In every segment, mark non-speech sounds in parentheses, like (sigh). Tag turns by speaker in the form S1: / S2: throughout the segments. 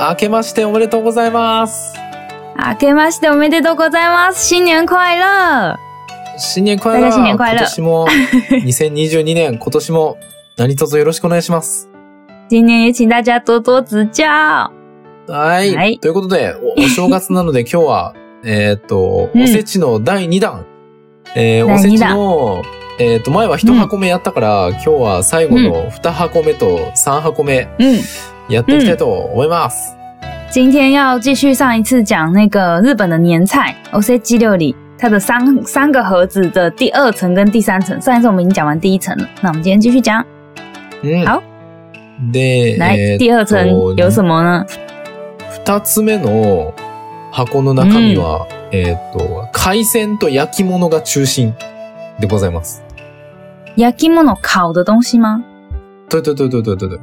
S1: 明けましておめでとうございます。
S2: 明けましておめでとうございます。新年快乐！
S1: 新年快
S2: 大
S1: 乐。
S2: 家新年快
S1: 今
S2: 乐
S1: 年も
S2: (laughs)
S1: 2022年、今年も何卒よろしくお願いします。
S2: 今年也请大家多多指教。
S1: はい。
S2: はい
S1: ということで、おお正月なの
S2: (laughs)
S1: で今日は、えーっと、
S2: うん
S1: おせちの第2弾。えーお
S2: 第
S1: せ
S2: 二
S1: ち
S2: 弾
S1: の、えーっと、前は1箱目やったから、今日は最後の2箱目と3箱目
S2: 嗯，
S1: やっていきたいと思います。
S2: 今天要继续上一次讲那个日本的年菜 o c g 料理，它的三三个盒子的第二层跟第三层。上一次我们已经讲完第一层了，那我们今天继续讲。
S1: うん。
S2: 好
S1: で、
S2: 来，
S1: えーっと
S2: 第二层有什么呢？
S1: 二つ目の箱の中身は、えーっと、海鮮と焼き物が中心でございます。
S2: 焼き物烤的东西吗？
S1: 对对对对对对对。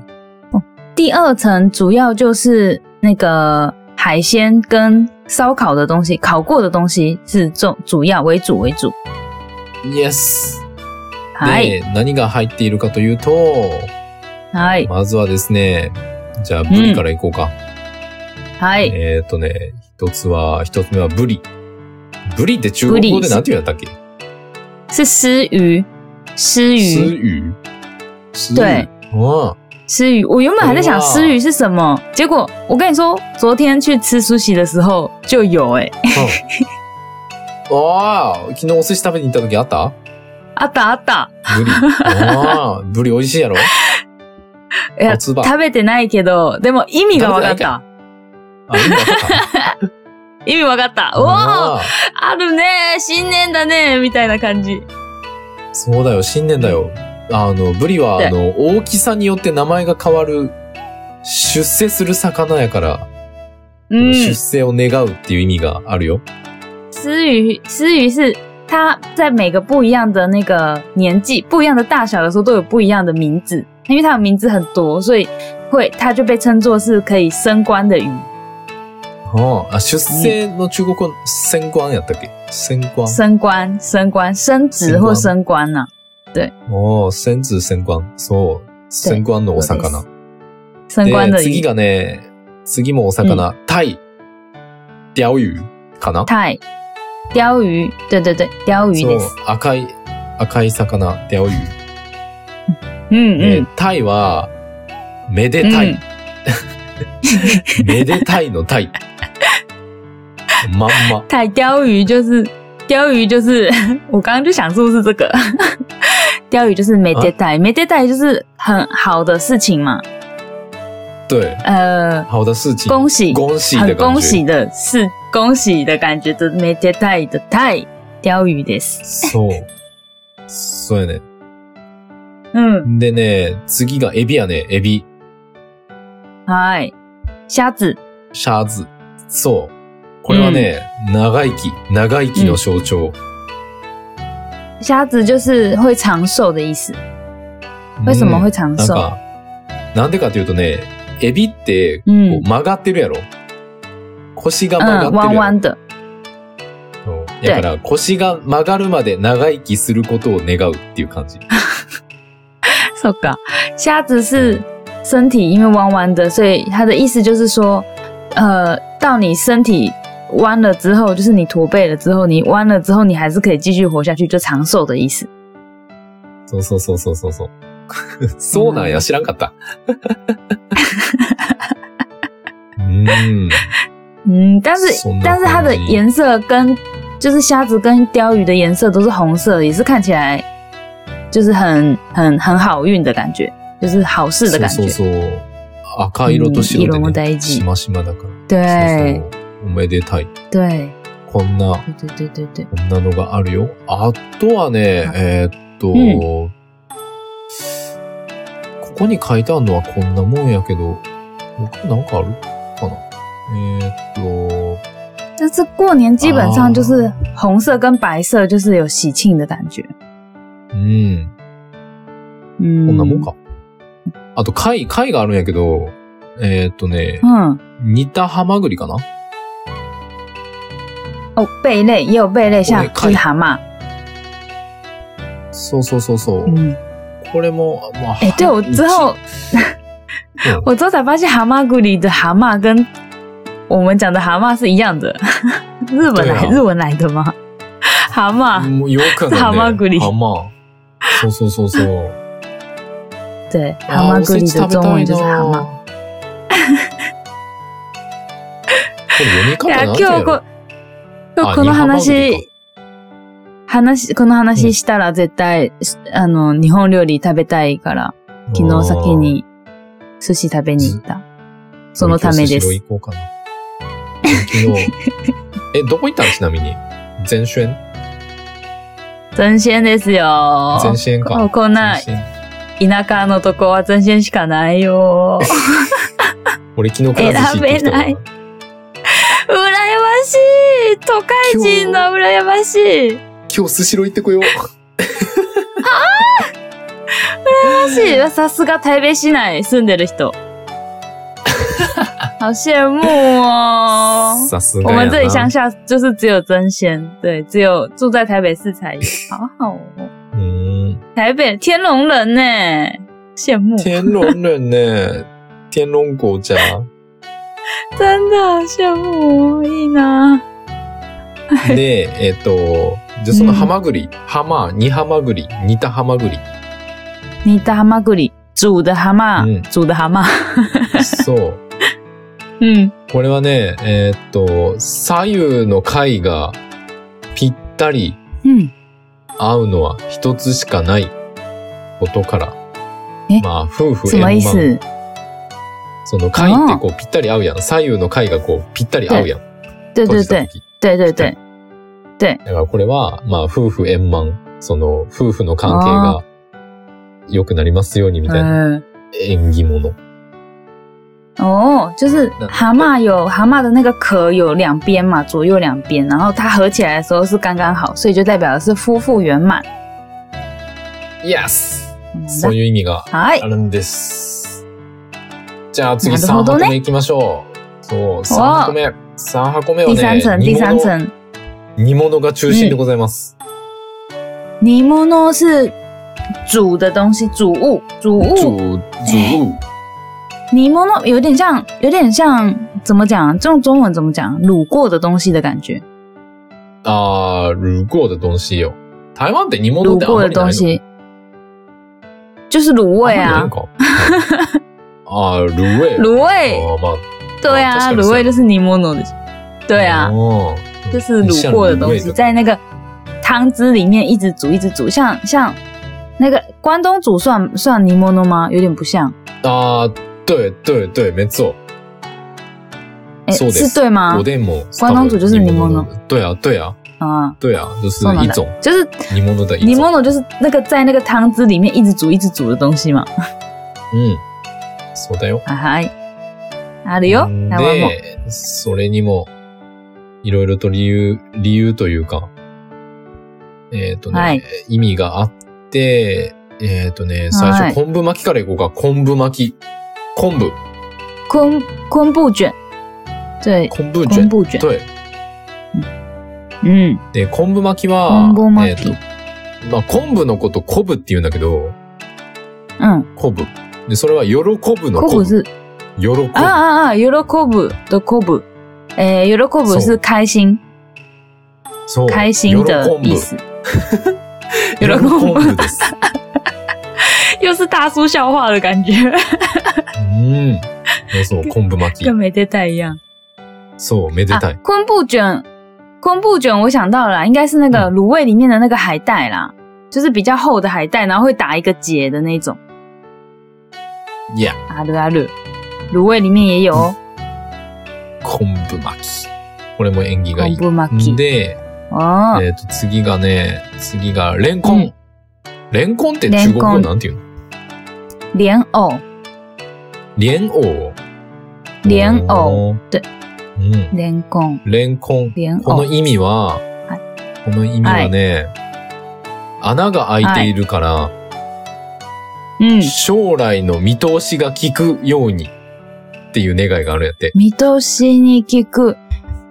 S2: 第二层主要就是那个海鲜跟烧烤的东西，烤过的东西是重主要为主为主。
S1: Yes!
S2: はい
S1: で、何が入っているかというと、
S2: はい
S1: まずはですね、じゃあ、ブリからいこうか。
S2: はい。
S1: えーっとね、一つは、一つ目はブリ。ブリって中国語
S2: ブ
S1: で
S2: リ
S1: 何て言うんだったっけ
S2: 是丝鱼，丝
S1: ス
S2: 鱼，
S1: ユスユ
S2: 对
S1: (laughs) うん。
S2: 丝鱼。我原本还在想
S1: 哇
S2: 丝鱼是什么，结果我跟你说，昨天去吃苏席的时候就有哎、
S1: うん。ああ、昨日お寿司食べに行った時あった
S2: あったあった。
S1: ブ
S2: (laughs)
S1: リ。ああ、ブリ美味しいやろ
S2: いや
S1: 松葉
S2: 食べてないけど、でも意味が分
S1: 食
S2: かっ
S1: べてな
S2: た。
S1: あ、いいんだ
S2: 意味分かった。 (laughs)
S1: 哦
S2: おー
S1: あ
S2: あるね新年だねみたいな感じ。
S1: ーそうだよ、新年だよ。あの、ブリは、
S2: で
S1: あの、大きさによって名前が変わる、出世する魚やから、
S2: うん。
S1: 出世を願うっていう意味があるよ。
S2: 思雨，思雨是它在每个不一样的那个年纪、不一样的大小的时候，都有不一样的名字。因为它的名字很多，所以会它就被称作是可以升官的
S1: う
S2: 鱼。
S1: んあ、出世の中国語、千官やったっけ千官。
S2: 升官、升官、升职或啊升官呐、
S1: おー、千ず千官。そう。千官のお魚。
S2: 升官的
S1: で、次
S2: 鱼。
S1: がね、次もお魚、タイ、鲷魚かな
S2: 太鲷鱼，对对对，鲷鱼
S1: そう
S2: です。、
S1: 赤い、赤い魚、鲷魚。
S2: 嗯
S1: え
S2: 嗯
S1: タイは、めでたい。 (laughs) めでたいのタイ。まんま。
S2: 太鲷鱼就是鲷鱼就是 (laughs) 我刚刚就想是不是这个 (laughs) 鲷鱼就是没得
S1: 啊
S2: 带，没得带就是很好的事情嘛。
S1: 对，
S2: 呃，
S1: 好的事情。
S2: 恭喜，
S1: 恭喜的
S2: 很
S1: 感觉。
S2: 恭喜的是恭喜的感觉的，没接待的太鲷鱼です。
S1: そう。そうやね。
S2: 嗯，
S1: でね、次がエビやね、エビ。
S2: はい。虾子
S1: シャーズ。そう。これはね、長生き、長生きの象徴。
S2: 虾子就是会长寿的意思。为什么会长
S1: なん
S2: 寿？
S1: か、なんでかというとね、エビって、こ
S2: うん
S1: う曲がってるやろ。腰が曲がってるや
S2: 嗯，
S1: ろ。
S2: 弯弯的。
S1: そうだから腰が曲がるまで長生きすることを願うっていう感じ。
S2: So ga，虾子是身体因为弯弯的，所以它的意思就是说，呃，到你身体弯了之后，就是你驼背了之后，你弯了之后，你还是可以继续活下去，就长寿的意思。
S1: そうそうそうそうそうそう。そうなんや、知らんか
S2: (laughs)
S1: った。うん。
S2: 嗯，但是
S1: 松的
S2: 但是它的
S1: 黄泥
S2: 颜色跟就是虾子跟鲷鱼的颜色都是红色，也是看起来就是很很很好运的感觉，就是好事的
S1: そ
S2: 感
S1: うそう
S2: 觉。
S1: そう。赤色と白
S2: うん色も
S1: で
S2: 大
S1: ね、
S2: 事
S1: しましまだか
S2: 对
S1: ら。そうそう。おめでたい。
S2: 对
S1: こんな、
S2: 对对对对对，
S1: こんなのがあるよ。あとはね、えーっと、
S2: うん
S1: ここに書いてあるのはこんなもんやけど、他なんかあるかなえーっと、
S2: 但是过年基本
S1: 哦
S2: 上就是红色跟白色，就是有喜庆的感觉。
S1: うん。
S2: 嗯，
S1: こんなもんか。あと、貝、貝があるんやけど、えーっとね、
S2: 嗯，
S1: 煮たハマグリかな
S2: 哦，贝类也有贝类，像
S1: 我没看
S2: 就是蛤蟆。
S1: そうそうそうそう。
S2: 嗯，
S1: これも、まあ、
S2: 哎、对我之后，
S1: 嗯
S2: 我之后才发现蛤蟆骨里的蛤蟆跟我们讲的蛤蟆是一样的， (laughs) 日本
S1: 对
S2: 来、
S1: 啊
S2: 日文来的吗？蛤蟆，
S1: 嗯有可能、ね。
S2: ハマグリ
S1: ハマそうそうそうそう。
S2: 对，蛤
S1: あー
S2: 蟆骨里的中文就是蛤
S1: おせち食べたいな
S2: 蟆。
S1: (laughs) これ読み方なんてやろあ日本料理
S2: いや今日こ今日この話話この
S1: 嗯
S2: 話したら絶対、あの呃日本料理食べたいから昨日先に寿司食べに行ったそのためです
S1: 俺今日スシロー行こうかな。
S2: (laughs)
S1: 昨日。え、どこ行ったのちなみに。全旋
S2: 全鮮ですよ
S1: 全旋
S2: こ
S1: か。
S2: こんな
S1: 全旋
S2: 田舎のとこは全鮮しかない
S1: (laughs)
S2: よ
S1: 俺昨日から寿司行ってきたから
S2: 選べない羨ましい都会人の羨ましい羨
S1: 今日スシロー行ってこよ
S2: (laughs)
S1: う。
S2: ましいさすが台北市内住んで
S1: (laughs)
S2: る人好羡慕哦
S1: さす
S2: 我
S1: が
S2: 们
S1: や
S2: 这里乡
S1: な。
S2: 下就是只有真鲜，对，只有住在台北市才有，好好哦。
S1: うーん。
S2: 台北天龙人呢，羡慕，
S1: 天龙人ね。天龙国家。
S2: (laughs) 真的羡慕いいな。
S1: で、えっと、じゃあそのハマグリ。ハマ、煮ハマグリ、煮たハマグリ。
S2: 你的蛤蟆骨里煮的蛤蟆，
S1: 嗯
S2: 煮的蛤蟆，
S1: そう。
S2: 嗯，
S1: これはね、えーっと、左右の貝がぴったり
S2: 嗯，
S1: 合うのは一つしかないことから
S2: え、
S1: まあ、夫婦
S2: 什么意
S1: 円満。
S2: 思？
S1: その貝ってこうぴったり合うやん。左右の貝がこうぴったり合うやん。
S2: 对对
S1: 閉
S2: 对
S1: じた時
S2: 对对对，
S1: だからこれは、まあ、夫婦円満。その、夫婦の関係
S2: あ
S1: が良くなりますようにみたいな
S2: 嗯，
S1: 縁起物。
S2: 哦，就是
S1: 那
S2: 蛤蟆有蛤蟆的那个壳有两边嘛，左右两边，然后它合起来的时候是刚刚好，所以就代表的是夫妇圆满。
S1: Yes!
S2: 嗯
S1: そういう意味が
S2: はい
S1: あ。るんです。じゃあ次
S2: なる
S1: 3
S2: ほど
S1: 箱
S2: ね
S1: 目行きましょう。そう、3箱目。3箱目は
S2: 第
S1: ね、
S2: 三层，第
S1: 煮
S2: 三
S1: 物
S2: 层，
S1: 煮物が中心でございます。
S2: 尼莫诺是煮的东西，煮物，煮物。
S1: 煮煮物。
S2: 尼莫诺有点像，有点像怎么讲？啊这种中文怎么讲？啊卤过的东西的感觉，
S1: あー、ルゴ的东西よ。台湾って煮物っ
S2: 卤
S1: てあんま
S2: 过
S1: りない
S2: 的东
S1: の
S2: 西就是卤味
S1: あん
S2: 啊，
S1: まりないんかあー、ルウ
S2: (laughs)
S1: ェ。
S2: 卤味，
S1: あーまあ、
S2: 对啊，
S1: 確かに
S2: 卤味就是尼莫诺的，对啊。
S1: あー
S2: 就是卤过的
S1: 像卤
S2: 东
S1: 味
S2: 西，
S1: 的
S2: 在那个汤汁里面一直煮，一直煮，像像那个关东煮算算尼莫诺吗？有点不像，
S1: あー、对对对、没错。
S2: 哎、
S1: そうです
S2: 是对吗
S1: お？でんも、
S2: 关東煮就是
S1: 多分
S2: 煮物
S1: 煮物。对啊、对啊、
S2: 啊，
S1: 对啊、就是
S2: そうなん
S1: 一
S2: だ
S1: 种。
S2: 就是
S1: 煮物的一
S2: 尼莫
S1: 种。
S2: 诺就是那个在那个汤汁里面一直煮、一直煮的东西嘛。
S1: うん。そうだよ。
S2: 啊嗨，あるよ、
S1: 嗯
S2: 台湾も。
S1: で、それにも、いろいろと理由、理由というか、えっ、とね、
S2: はい
S1: 意味があって、えっ、とね、最
S2: は
S1: 初
S2: い
S1: 昆布巻きからいこうか。昆布巻き。昆布。
S2: 昆昆布卷，对，
S1: 昆布
S2: 昆
S1: 卷。
S2: 布卷，
S1: 对。
S2: 嗯，
S1: で、昆布巻きは
S2: 昆、布
S1: え
S2: 巻
S1: っ、
S2: き，
S1: と、まあ、昆布のこと昆布って言うんだけど、
S2: 嗯，
S1: 昆布。で、それは喜ぶの
S2: 昆布
S1: 昆布。
S2: 是
S1: 喜ぶ。
S2: 啊啊啊，喜ぶ的昆布，哎，喜
S1: そう
S2: ぶ是开心。
S1: そう。
S2: 开心的
S1: 喜ぶ
S2: 意思。
S1: 喜ぶです。
S2: 又是大叔笑话的感觉，
S1: うん。そうそ
S2: (laughs)
S1: う、昆布巻き
S2: 跟。没得带一样。
S1: そう、めでたい。
S2: 昆布卷，昆布卷，我想到了啦，应该是那
S1: 嗯
S2: 个卤味里面的那个海带啦，就是比较厚的海带，然后会打一个结的那种。
S1: いや、
S2: 啊了啊了，卤味里面也有哦。
S1: 嗯昆布巻き。これも縁起がいい。
S2: 昆布巻き
S1: で、
S2: 哦，
S1: えっ、と、次がね、次が、レンコン。
S2: うん
S1: レンコンって中国
S2: レンコ
S1: 語
S2: ン
S1: なんていうの
S2: 莲藕，
S1: 蓮藕。
S2: 莲藕
S1: おー
S2: で
S1: うん。
S2: 莲藕，
S1: レンコン。
S2: 莲
S1: この
S2: 藕，
S1: 意味は、この意味はね、穴が開いているから、
S2: 嗯，
S1: 将来の見通しが効くようにっていう願いがあるやって。
S2: 米豆西尼基库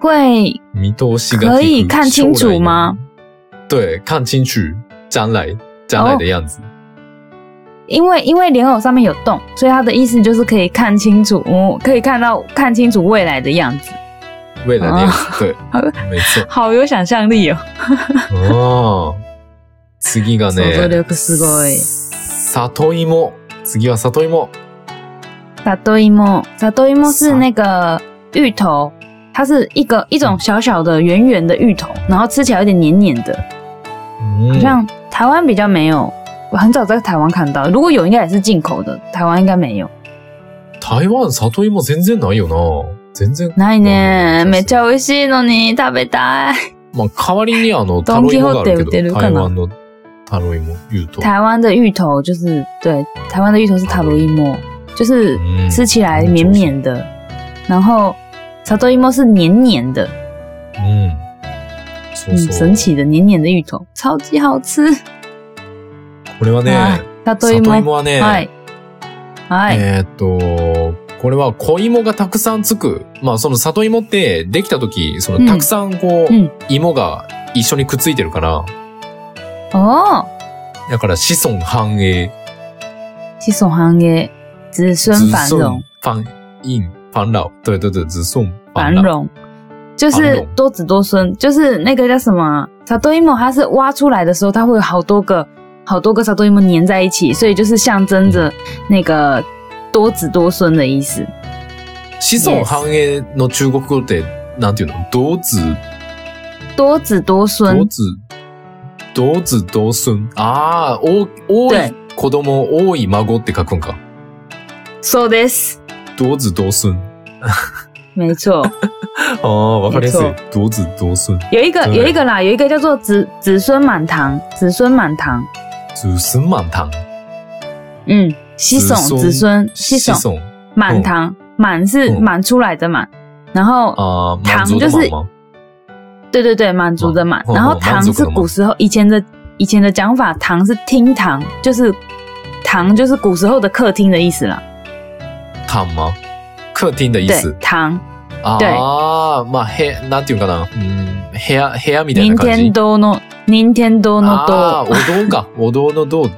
S2: 会
S1: 見通しが効く。
S2: 可以看清楚吗
S1: 将来の？对，看清楚将来将来的样子。
S2: 因为因为莲藕上面有洞，所以它的意思就是可以看清楚，嗯可以看到看清楚未来的样子。
S1: 未来的样子。对
S2: 好，
S1: 没错。
S2: 好有想象力哦！
S1: 哦。次が
S2: 想像
S1: ね、
S2: 力すご (laughs) い。
S1: 里芋。次は里芋。
S2: 萨多伊莫，萨多伊莫是那个芋头，它是一个一种小小的圆圆的芋头，然后吃起来有点黏黏的，好
S1: 嗯
S2: 像台湾比较没有。我很早在台湾看到，如果有应该也是进口的，台湾应该没有。
S1: 台湾里芋全然ないよな。全然。
S2: ないね
S1: う。ん
S2: めっちゃ美味しいのに食べたい。
S1: まあ、代わりにあの、タ
S2: ド
S1: ロ
S2: ン
S1: イ
S2: キ
S1: モ
S2: ホ
S1: があ
S2: ーテ
S1: る
S2: 売って
S1: け
S2: る
S1: ど、
S2: かな
S1: 台湾のタロイモ、言うと。
S2: 台湾的芋头就是对，台湾的芋头是塔罗伊莫，就是
S1: 嗯
S2: 吃起来绵绵的，然后萨多伊莫是黏黏的，
S1: うん。そう
S2: 嗯，
S1: そ
S2: 神
S1: う。
S2: 奇的黏黏的芋头，超级好吃。
S1: これはね、
S2: 萨多
S1: 里
S2: 伊莫，
S1: 芋はね、
S2: はい、はい、
S1: えーっと、これは小芋がたくさんつく。まあ、その里芋ってできた時、そうの
S2: ん
S1: たくさんこう、
S2: うん
S1: 芋が一緒にくっついてるから、
S2: 哦，
S1: だから子孫繁栄、
S2: 子孙行业，子孙繁
S1: 子
S2: 荣
S1: 孫，繁栄、繁老。对对对、子孫繁
S2: 繁
S1: 老。
S2: 荣就
S1: 繁
S2: 是
S1: 荣
S2: 多子多孙，就是那个叫什么萨多伊莫，它是挖出来的时候，它会有好多个好多个萨多伊莫粘在一起，所以就是象征着那个多子多孙的意思。
S1: 子孫繁栄の中国語って、なんていうの同子、
S2: 多子多
S1: 同
S2: 孙，
S1: 子、同子同孫。ああ、多多
S2: 对
S1: い子供、多い孫って書くんか。
S2: so this，
S1: 同子同孫。
S2: 没错，
S1: ああ、わかりやすい
S2: 没。
S1: 同子同孫。
S2: 有一个
S1: 对
S2: 有一个啦，有一个叫做子子孙满堂，子孙满堂，
S1: 子孫满堂。
S2: 嗯，西
S1: 子
S2: 耸
S1: 孙
S2: 子孙西
S1: 子
S2: 耸
S1: 孫
S2: 满堂满是
S1: 嗯
S2: 满出来的满，然后
S1: 啊，
S2: 堂
S1: 满族的
S2: 就是
S1: 满吗？
S2: 对对对，满族的满。
S1: 哦
S2: 然后
S1: 哦
S2: 堂
S1: 满族
S2: 是
S1: 的嘛
S2: 古时候以前的以前的讲法，堂是厅堂，就是堂就是古时候的客厅的意思啦。
S1: 堂吗？客厅的意
S2: 对
S1: 思，
S2: 堂。
S1: 啊
S2: 对，
S1: まあ部屋なんていうかな、うん部屋部屋みたいな感じ。
S2: Nintendo の Nintendo の
S1: ああ、
S2: 堂
S1: お堂
S2: (laughs)
S1: か、お堂の堂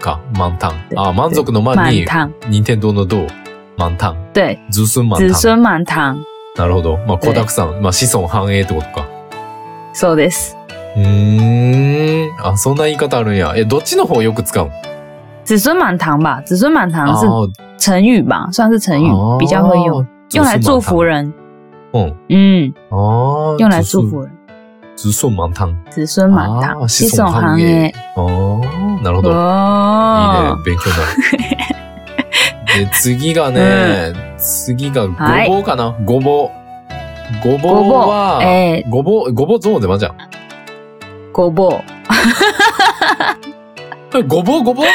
S1: か、満タン。あー、満足の満
S2: 满
S1: に、
S2: 堂。
S1: 任天堂の堂、満タン。
S2: 对，
S1: 子孫満
S2: 子
S1: タン。
S2: 孙满堂。
S1: なるほど。まあ、
S2: 对
S1: 子沢山、まあ、子孫繁栄ってことか。
S2: そうです。
S1: うーん。あ、そんな言い方あるんや。え、どっちの方よく使うの
S2: 子孙满堂吧，子孙满堂是
S1: あー
S2: 成语吧，算是成语，
S1: あー
S2: 比较会用，用来祝福。人。
S1: 子孫満タン
S2: 嗯，
S1: うん。ああ。
S2: 用来祝福人。
S1: 子孫满堂。
S2: 子孙满堂，
S1: 啊
S2: 西
S1: 西
S2: 耸
S1: 耸
S2: 行
S1: 行
S2: 耶
S1: 耶。ああ、なるほど。いいね
S2: 哦，。
S1: 勉強
S2: (laughs)
S1: になる。で、次がね、次がご
S2: はい
S1: ぼうかな。ごぼう。ごぼう
S2: ごぼう
S1: は、
S2: えー
S1: ごぼう、ごぼうゾーンでまじゃん。
S2: ごぼう。
S1: えごぼうごぼうな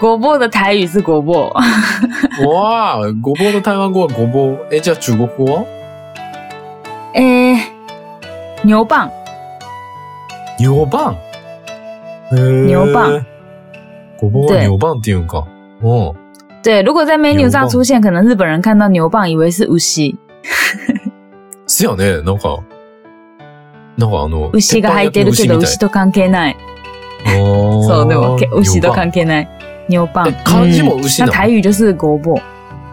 S2: ごぼう的台语是ごぼう。
S1: んわあ、ごぼうの台湾語はごぼう。え、じゃあ中国語は
S2: (laughs) 诶、牛蒡，
S1: 牛蒡。へー
S2: 牛蒡。
S1: ごぼうは牛蒡って言うんか。うん。
S2: 对，如果在 menu 上
S1: 牛蒡
S2: 出现，可能日本人看到牛蒡以为是牛西，
S1: せやね、なんか、なんかあの、
S2: 牛西が入ってるけど
S1: 鉄板焼きの牛みたい
S2: 牛と関係ない。
S1: そう
S2: (laughs)
S1: 哦
S2: そうでもけ牛と関係ない。牛蒡
S1: え。漢字も牛
S2: 嗯
S1: なの
S2: 那台语就是ごぼう。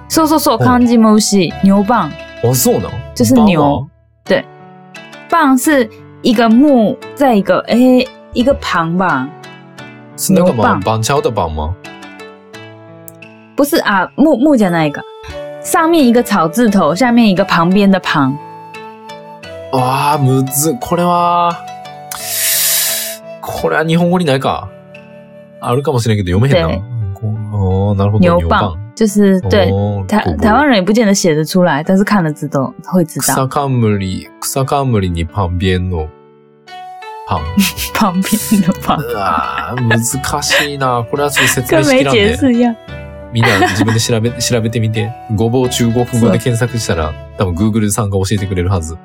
S2: そうそうそう，
S1: 嗯
S2: 漢字も牛，牛蒡，
S1: あ、そうなの
S2: 就是牛。蒡是一个木，在一个诶、一个旁吧，
S1: 是那个吗？
S2: 牛蒡
S1: 板桥的板吗？
S2: 不是啊，木木讲那一个，上面一个草字头，下面一个旁边的
S1: 哦
S2: 旁，
S1: わあ、むずっ、これは、これは日本語にないか。あるかもしれんけど読めへん
S2: 对
S1: な。こおーなるほど。
S2: 牛
S1: 牛
S2: 蒡
S1: 蒡。
S2: 就是对。
S1: おー
S2: 台
S1: ごぼう
S2: 台湾人也不见得写得出来，但是看了知道会知道。
S1: 草冠、草冠にパンビエンのパ
S2: (laughs)
S1: ン。
S2: (laughs) 旁边的
S1: (laughs)
S2: 旁
S1: うわー難しいな。これはちょっと説明
S2: 跟
S1: し
S2: 没
S1: きらん
S2: 解
S1: で。
S2: 释一样。
S1: みんな自分で調べ、 (laughs) 調べてみて。ごぼう中国語で検索したら、多分 Google さんが教えてくれるはず。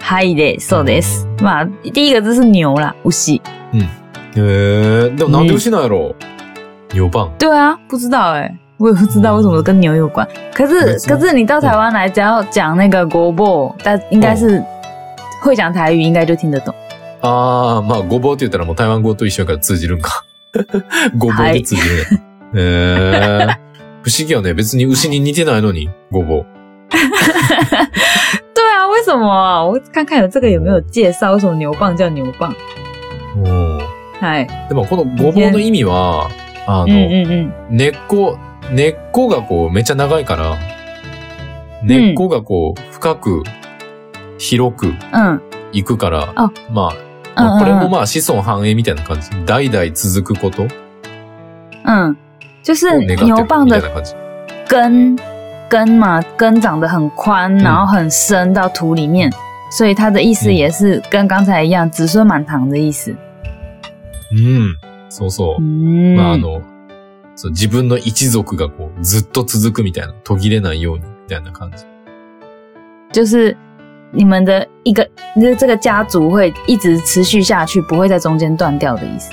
S2: 嗨的，そうです。まあ第一个字是牛啦，牛西。
S1: へえでもなんで牛なんやろ牛パン。
S2: 对啊，不知道哎、我也不知道为什么跟牛有关。可
S1: 没
S2: 是
S1: 错
S2: 可是你到台湾来，只要讲那个国博，但应该是会讲台语，应该就听得懂。
S1: あー、まあごぼうって言ったらもう台湾語と一緒やから通じるんか。 (laughs) ごぼうで次ね。えー、不思議よね。別に牛に似てないのに、ごぼう。
S2: 对啊，为什么啊？我看看有这个有没有介绍？为什么牛蒡叫牛蒡？
S1: うん
S2: はい。
S1: でもこのごぼうの意味は、あの、
S2: うんうんうん。
S1: 根っこ、根っこがこうめっちゃ長いから、根っこがこう深く、広く
S2: 嗯
S1: いくから、
S2: あ
S1: まあ、
S2: 嗯
S1: まあこれも
S2: 嗯
S1: まあ子孫繁栄みたいな感じ。代々続くことを
S2: 嗯嗯，就是
S1: 願ってるみ
S2: 牛蒡
S1: た
S2: 的
S1: いな感じ。
S2: 根根嘛，根长得很宽，然后很深到土里面，所以它的意思也是跟刚才一样，子孙满堂的意思。
S1: うん。そうそう。
S2: 嗯，
S1: まああの、そう自分の一族がこうずっと続くみたいな、途切れないようにみたいな感じ。
S2: 就是你们的一个，就是这个家族会一直持续下去，不会在中间断掉的意思。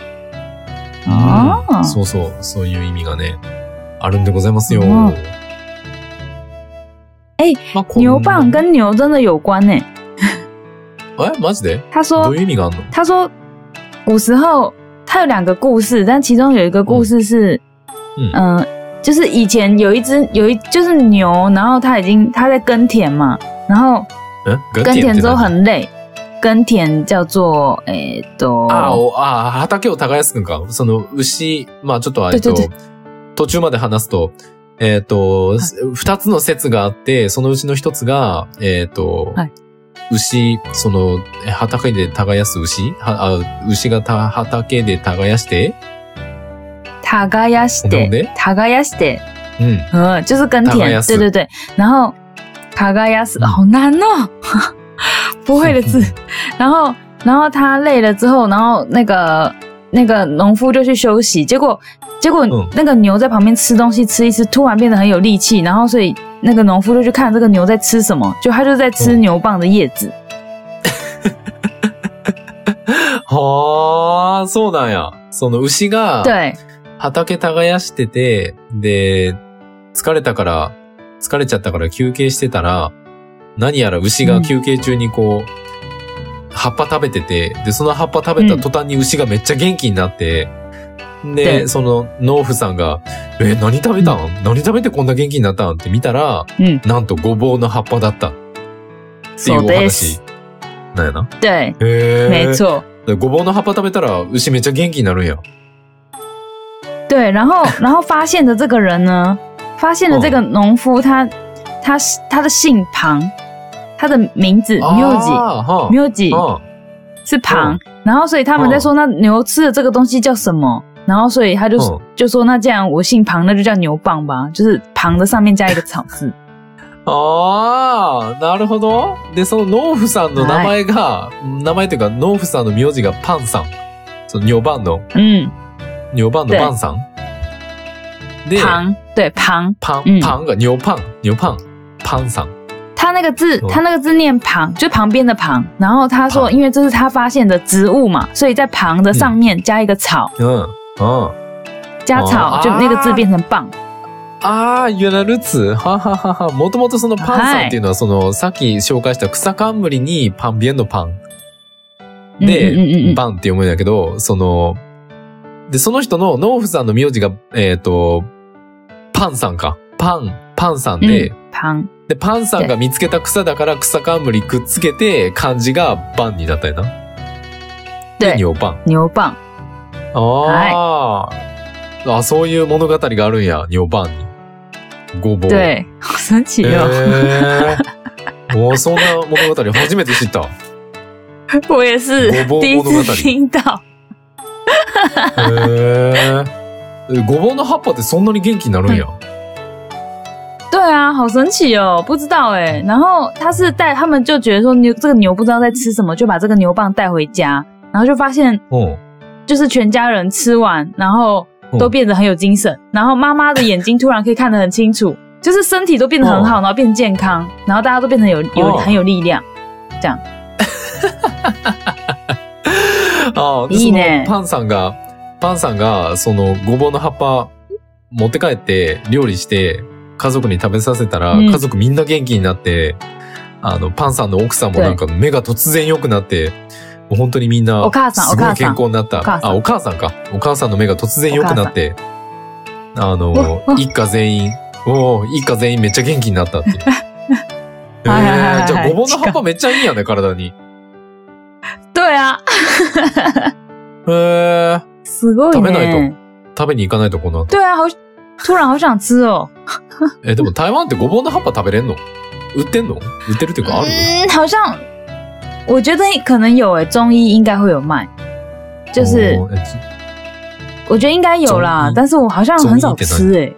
S2: 哦
S1: うんそうそう、そういう意味がね、あるんでございますよ。
S2: うんえい
S1: まあ、こん
S2: 牛蒡跟牛真的有关呢、
S1: え、マジで
S2: 他
S1: ど
S2: 说
S1: ういう意味があるの
S2: 他说古时候他有两个故事，但其中有一个故事是，
S1: 嗯
S2: 嗯、就是以前有一只有一就是牛，然后它已经它在耕田嘛，然后
S1: え
S2: 耕田之后
S1: 何
S2: 很累，耕田叫做诶都
S1: あおあ、畑を耕すのか。その、牛、まあちょっと、えっと
S2: ちょちょ、
S1: 途中まで話すと、えっ、と、二つの説があって、そのうちの一つが、えっ、と、
S2: はい
S1: 牛、その、え畑で耕す牛はあ牛がた畑で耕して、
S2: 塔嘎亚西
S1: 懂得
S2: 德，塔嘎亚西德，
S1: うん。
S2: 嗯，就是耕田，
S1: Tagayas
S2: 对对对。然后塔嘎亚斯
S1: 嗯
S2: 好难哦， (laughs) 不会的字。然后，然后他累了之后，然后那个那个农夫就去休息，结果结果
S1: 嗯
S2: 那个牛在旁边吃东西，吃一吃，突然变得很有力气，然后所以那个农夫就去看这个牛在吃什么，就他就在吃
S1: 嗯
S2: 牛蒡的叶子。
S1: (laughs) はあ、そうなんや。その牛が、
S2: 对
S1: 畑耕してて、で、疲れたから、疲れちゃったから休憩してたら、何やら牛が休憩中にこう、葉っぱ食べてて、で、その葉っぱ食べた途端に牛がめっちゃ元気になって、で、
S2: で
S1: その農夫さんが、え、何食べたん何食べてこんな元気になったんって見たら、
S2: 嗯
S1: なんとごぼうの葉っぱだったっていう
S2: そ
S1: お
S2: うです
S1: 話。なんやな。
S2: 对，
S1: へ
S2: 没
S1: ー
S2: 错。
S1: でごぼうの葉っぱ食べたら牛めっちゃ元気になるんや。
S2: 对，然后然后发现的这个人呢，发现了
S1: 哦
S2: 这个农夫他，他是他的姓庞，他的名字
S1: あー
S2: Muji
S1: はあ
S2: Muji
S1: あ
S2: 是
S1: 哦
S2: 庞，然后所以他们在说那牛吃的这个东西叫什么，然后所以他就
S1: 嗯
S2: 就说那既然我姓庞，那就叫牛蒡吧，就是庞的上面加一个草
S1: (laughs)
S2: 字，
S1: ああ、なるほど。で、その農夫さんの名前が、名前というか農夫さんの名字がパンさん。その女番の、
S2: 嗯，
S1: 女番の
S2: 对
S1: パンさん。で、パン、
S2: 庞嗯对庞，
S1: パ
S2: うん
S1: ンが女パン、女パン、パンさん。
S2: 他那个字
S1: 嗯
S2: 他那个字念旁，就旁边的旁，然后他说
S1: 旁
S2: 因为这是他发现的植物嘛，所以在旁的上面加一个草，
S1: うん。うん。あ
S2: 加
S1: 哦
S2: 草就那个字变成蒡。
S1: あ、ゆらるつ。はははは。もともとそのパンさんっていうのは、その、さっき紹介した草冠にパンビエンのパン。
S2: 嗯嗯嗯
S1: で、
S2: 嗯
S1: バンって読むんだけど、その、で、その人の農夫さんの名字が、えっ、と、パンさんか。パン、パンさんで、
S2: 嗯，旁
S1: で、パンさんが見つけた草だから草冠くっつけて、漢字がバンになったよな。
S2: 对
S1: 尿パン。
S2: 牛蒡，
S1: あー、あ、そういう物語があるんや、尿パンに。ごぼう。
S2: 对， (laughs) 好神奇
S1: え
S2: 哦！
S1: ー。もうそんな物語初めて知った。
S2: 我也是
S1: 我不
S2: 第一
S1: 我不
S2: 次听到。
S1: へえ。ごぼうの葉っぱってそんなに元気になるんや。
S2: 对啊，好神奇哦，不知道哎。然后他是带他们就觉得说牛这个牛不知道在吃什么，就把这个牛蒡带回家，然后就发现
S1: うん。
S2: 就是全家人吃完，然后
S1: 嗯
S2: 都变得很有精神，然后妈妈的眼睛突然可以看得很清楚， (laughs) 就是身体都变得很好，然后变健康，然后大家都变成有有
S1: 哦
S2: 很有力量。
S1: ああ、で
S2: (laughs) いいね
S1: そのパンさんが、パンさんが、その、ごぼうの葉っぱ持って帰って、料理して、家族に食べさせたら、
S2: うん
S1: 家族みんな元気になって、あの、パンさんの奥さんもなんか目が突然良くなって、もう本当にみんな
S2: お母さん
S1: すご
S2: お
S1: い
S2: 母さ
S1: 健
S2: ん
S1: 康になった
S2: お母さん
S1: あお母さんかお母さんの目が突然良くなってあの
S2: (laughs) おお
S1: 一家全員おお一家全員めっちゃ元気になったっ
S2: (laughs)
S1: ていうえ
S2: はいはいはいはい
S1: ー、じゃあごぼうの葉っぱめっちゃいいんやね体に
S2: 对啊，
S1: へえ
S2: すごい
S1: 食べない
S2: ね。
S1: 食べに行かないとこの後
S2: 欸对啊，好，突然好想吃哦。
S1: えでも台湾ってごぼうの葉っぱ食べれんの売ってんの売ってるっていうかある
S2: 嗯，好像我觉得可能有诶，中医应该会有卖，就是
S1: おーえち
S2: 我觉得应该有
S1: 中
S2: 啦
S1: 医，
S2: 但是我好像很少吃诶。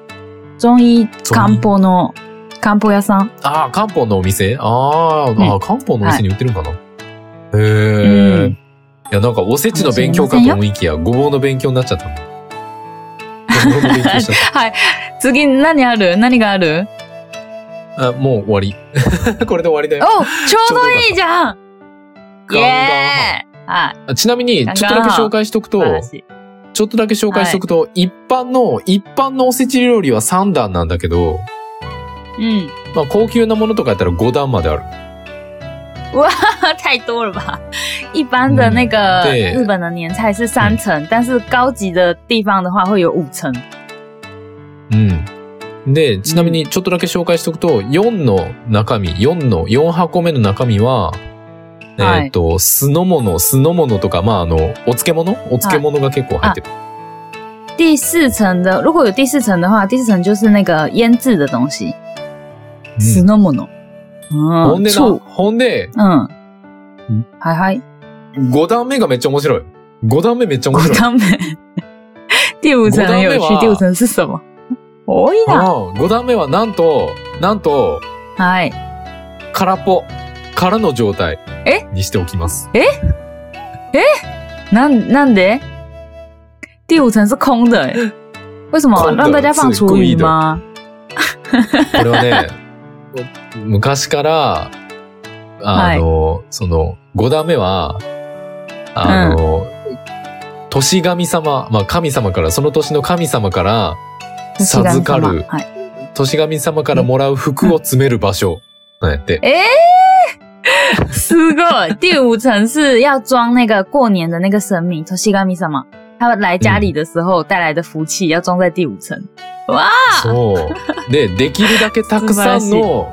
S2: 中医
S1: 中医
S2: campo の campo 屋さん，
S1: ああ、漢方のお店あー、
S2: ん
S1: あー、漢方のお店に売ってるのかな、へえ、
S2: うん
S1: いや、なんかおせちの勉強かと思いきや、ごぼうの勉強になっちゃった。ごぼうの勉強しちゃっ
S2: 次何ある？何が
S1: (laughs)
S2: ある？ (laughs)
S1: た。あ、もう終わり。 (laughs) これで終わりだよ。
S2: 哦，ちょうどいいじゃん。
S1: ガンガ
S2: 耶！啊，
S1: ンあちなみに、ちょっとだけ紹介しとくと
S2: 素、晴らしい。
S1: ちょっとだけ紹介しとくと、一般の、一般のおせち料理は3段なんだけど、
S2: 嗯，
S1: まあ高級なものとかやったら5段まである。
S2: (laughs) 太多了吧？一般的那个
S1: 嗯对
S2: 日本的年菜是三层，但是高级的地方的话会有五层。
S1: うん。で、ちなみにちょっとだけ紹介しておくと、4の中身、4の、4箱目の中身は、
S2: はい
S1: えっ、と、酢の物、酢の物とか、まあ、あの、お漬物お漬物が結構入ってる。
S2: 第四层的，如果有第四层的话，第四层就是那个腌制的东西，
S1: う
S2: 石
S1: ん
S2: のもの。
S1: ほん
S2: 嗯，
S1: でな
S2: 醋，、
S1: ほんで、
S2: 嗯
S1: 嗯，
S2: 嗨嗨，
S1: 5段目がめっちゃ面白い。5段目めっちゃ面
S2: 五
S1: 白い。
S2: 段目， (laughs) 第五层很有
S1: 五段目
S2: 趣
S1: は，
S2: 第五层是什么？哦呀，
S1: 5段目はなんと、なんと、
S2: 嗨，
S1: 空っぽ、空の状態
S2: え
S1: にしておきます。
S2: 那那得，第五层是空的、欸，为什么
S1: 空的
S2: 让大家放
S1: 是故
S2: 厨
S1: 意
S2: 余
S1: 的
S2: 吗？
S1: これはね、昔から、あの、その、五段目は、あの、年神様、まあ神様から、その年の神様から、
S2: 西兰
S1: 授か
S2: 嘛
S1: る、
S2: 嗨，
S1: 年神様からもらう服を詰める場所、なんやって。
S2: 哎、四个，第五层是要装那个过年的那个神明，西嘎米什么？他来家里的时候带来的福气要装在第五层。哇，
S1: そう。で、できるだけたくさ
S2: (laughs)
S1: んの、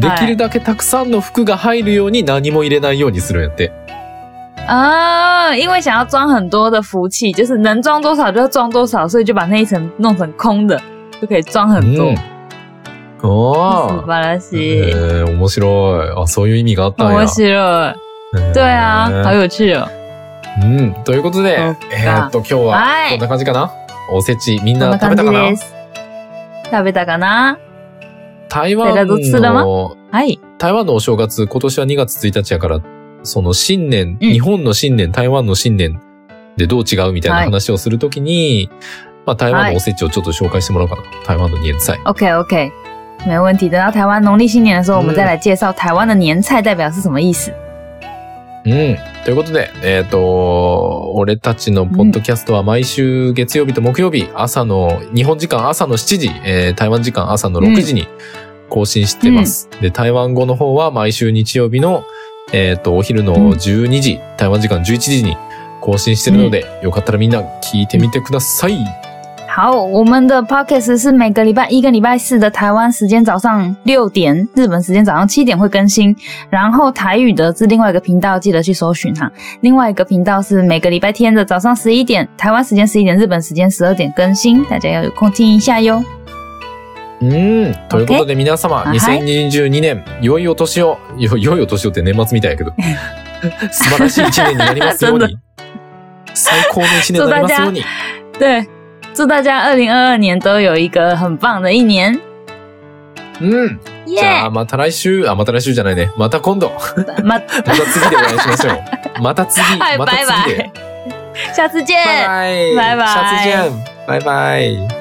S2: 晴
S1: で
S2: らし
S1: き
S2: い
S1: るだけたくさんの服が入るように何も入れないようにするんやって。
S2: 啊，因为想要装很多的福气，就是能装多少就装多少，所以就把那一层弄成空的，就可以装很多。
S1: うん。お
S2: 素
S1: ー。
S2: 晴らし
S1: え
S2: い。
S1: ー、面白い。あ、そういう意味があったんや
S2: 面。白い。
S1: えー
S2: 对啊，
S1: 嗯
S2: 好有趣哦。
S1: うん。ということで、
S2: そ
S1: え
S2: っか
S1: ーっと、今日は、
S2: は
S1: こん
S2: い。
S1: な感じかなおせち、みん
S2: こん
S1: な
S2: な
S1: 食べ
S2: 感
S1: た
S2: じ
S1: かな
S2: です。食べたかな
S1: 台湾
S2: ペラドツラ
S1: の、
S2: はい。
S1: 台湾のお正月、今年は2月1日やから、その新年、
S2: うん
S1: 日本の新年、台湾の新年でどう違うみたいな
S2: はい
S1: 話をするときに、まあ、台湾
S2: は
S1: の
S2: い
S1: おせちをちょっと紹介してもらおうかな。台湾の年菜。
S2: OK OK，没问题。等到台湾农历新年的时候，
S1: 嗯
S2: 我们再来介绍台湾的年菜代表是什么意思。
S1: うん。ということで、えーっ、と、俺たちのポッドキャストは毎週月曜日と木曜日、朝の、日本時間朝の7時、えー台湾時間朝の6時に更新してます。で、台湾語の方は毎週日曜日の、えーっ、と、お昼の
S2: うん
S1: 12時、台湾時間11時に更新してるので、よかったらみんな聞いてみてください。
S2: 好，我们的 Podcast 是每个礼拜一跟礼拜四的台湾时间早上六点，日本时间早上七点会更新。然后台语的是另外一个频道，记得去搜寻哈。另外一个频道是每个礼拜天的早上十一点，台湾时间十一点，日本时间十二点更新，大家要有空听一下哟。
S1: うん。ということで皆様、
S2: はい
S1: 2022年、良いお年を、よ良いお年をって年末みたいや (laughs) けど、素晴らしい一年になりますよう
S2: 真
S1: に。最高の一年になりますように。
S2: 对，祝大家二零二二年都有一个很棒的一年，
S1: うん。
S2: 耶、
S1: じゃあ、また来週、あ、また来週じゃないね。また今度。ま
S2: ま
S1: た次でお会いしましょう。また次。
S2: 嗨，
S1: ま
S2: 拜
S1: た次で。
S2: 拜，下次见。
S1: バイバイ。
S2: バイバイ
S1: 下次见。バイバイ。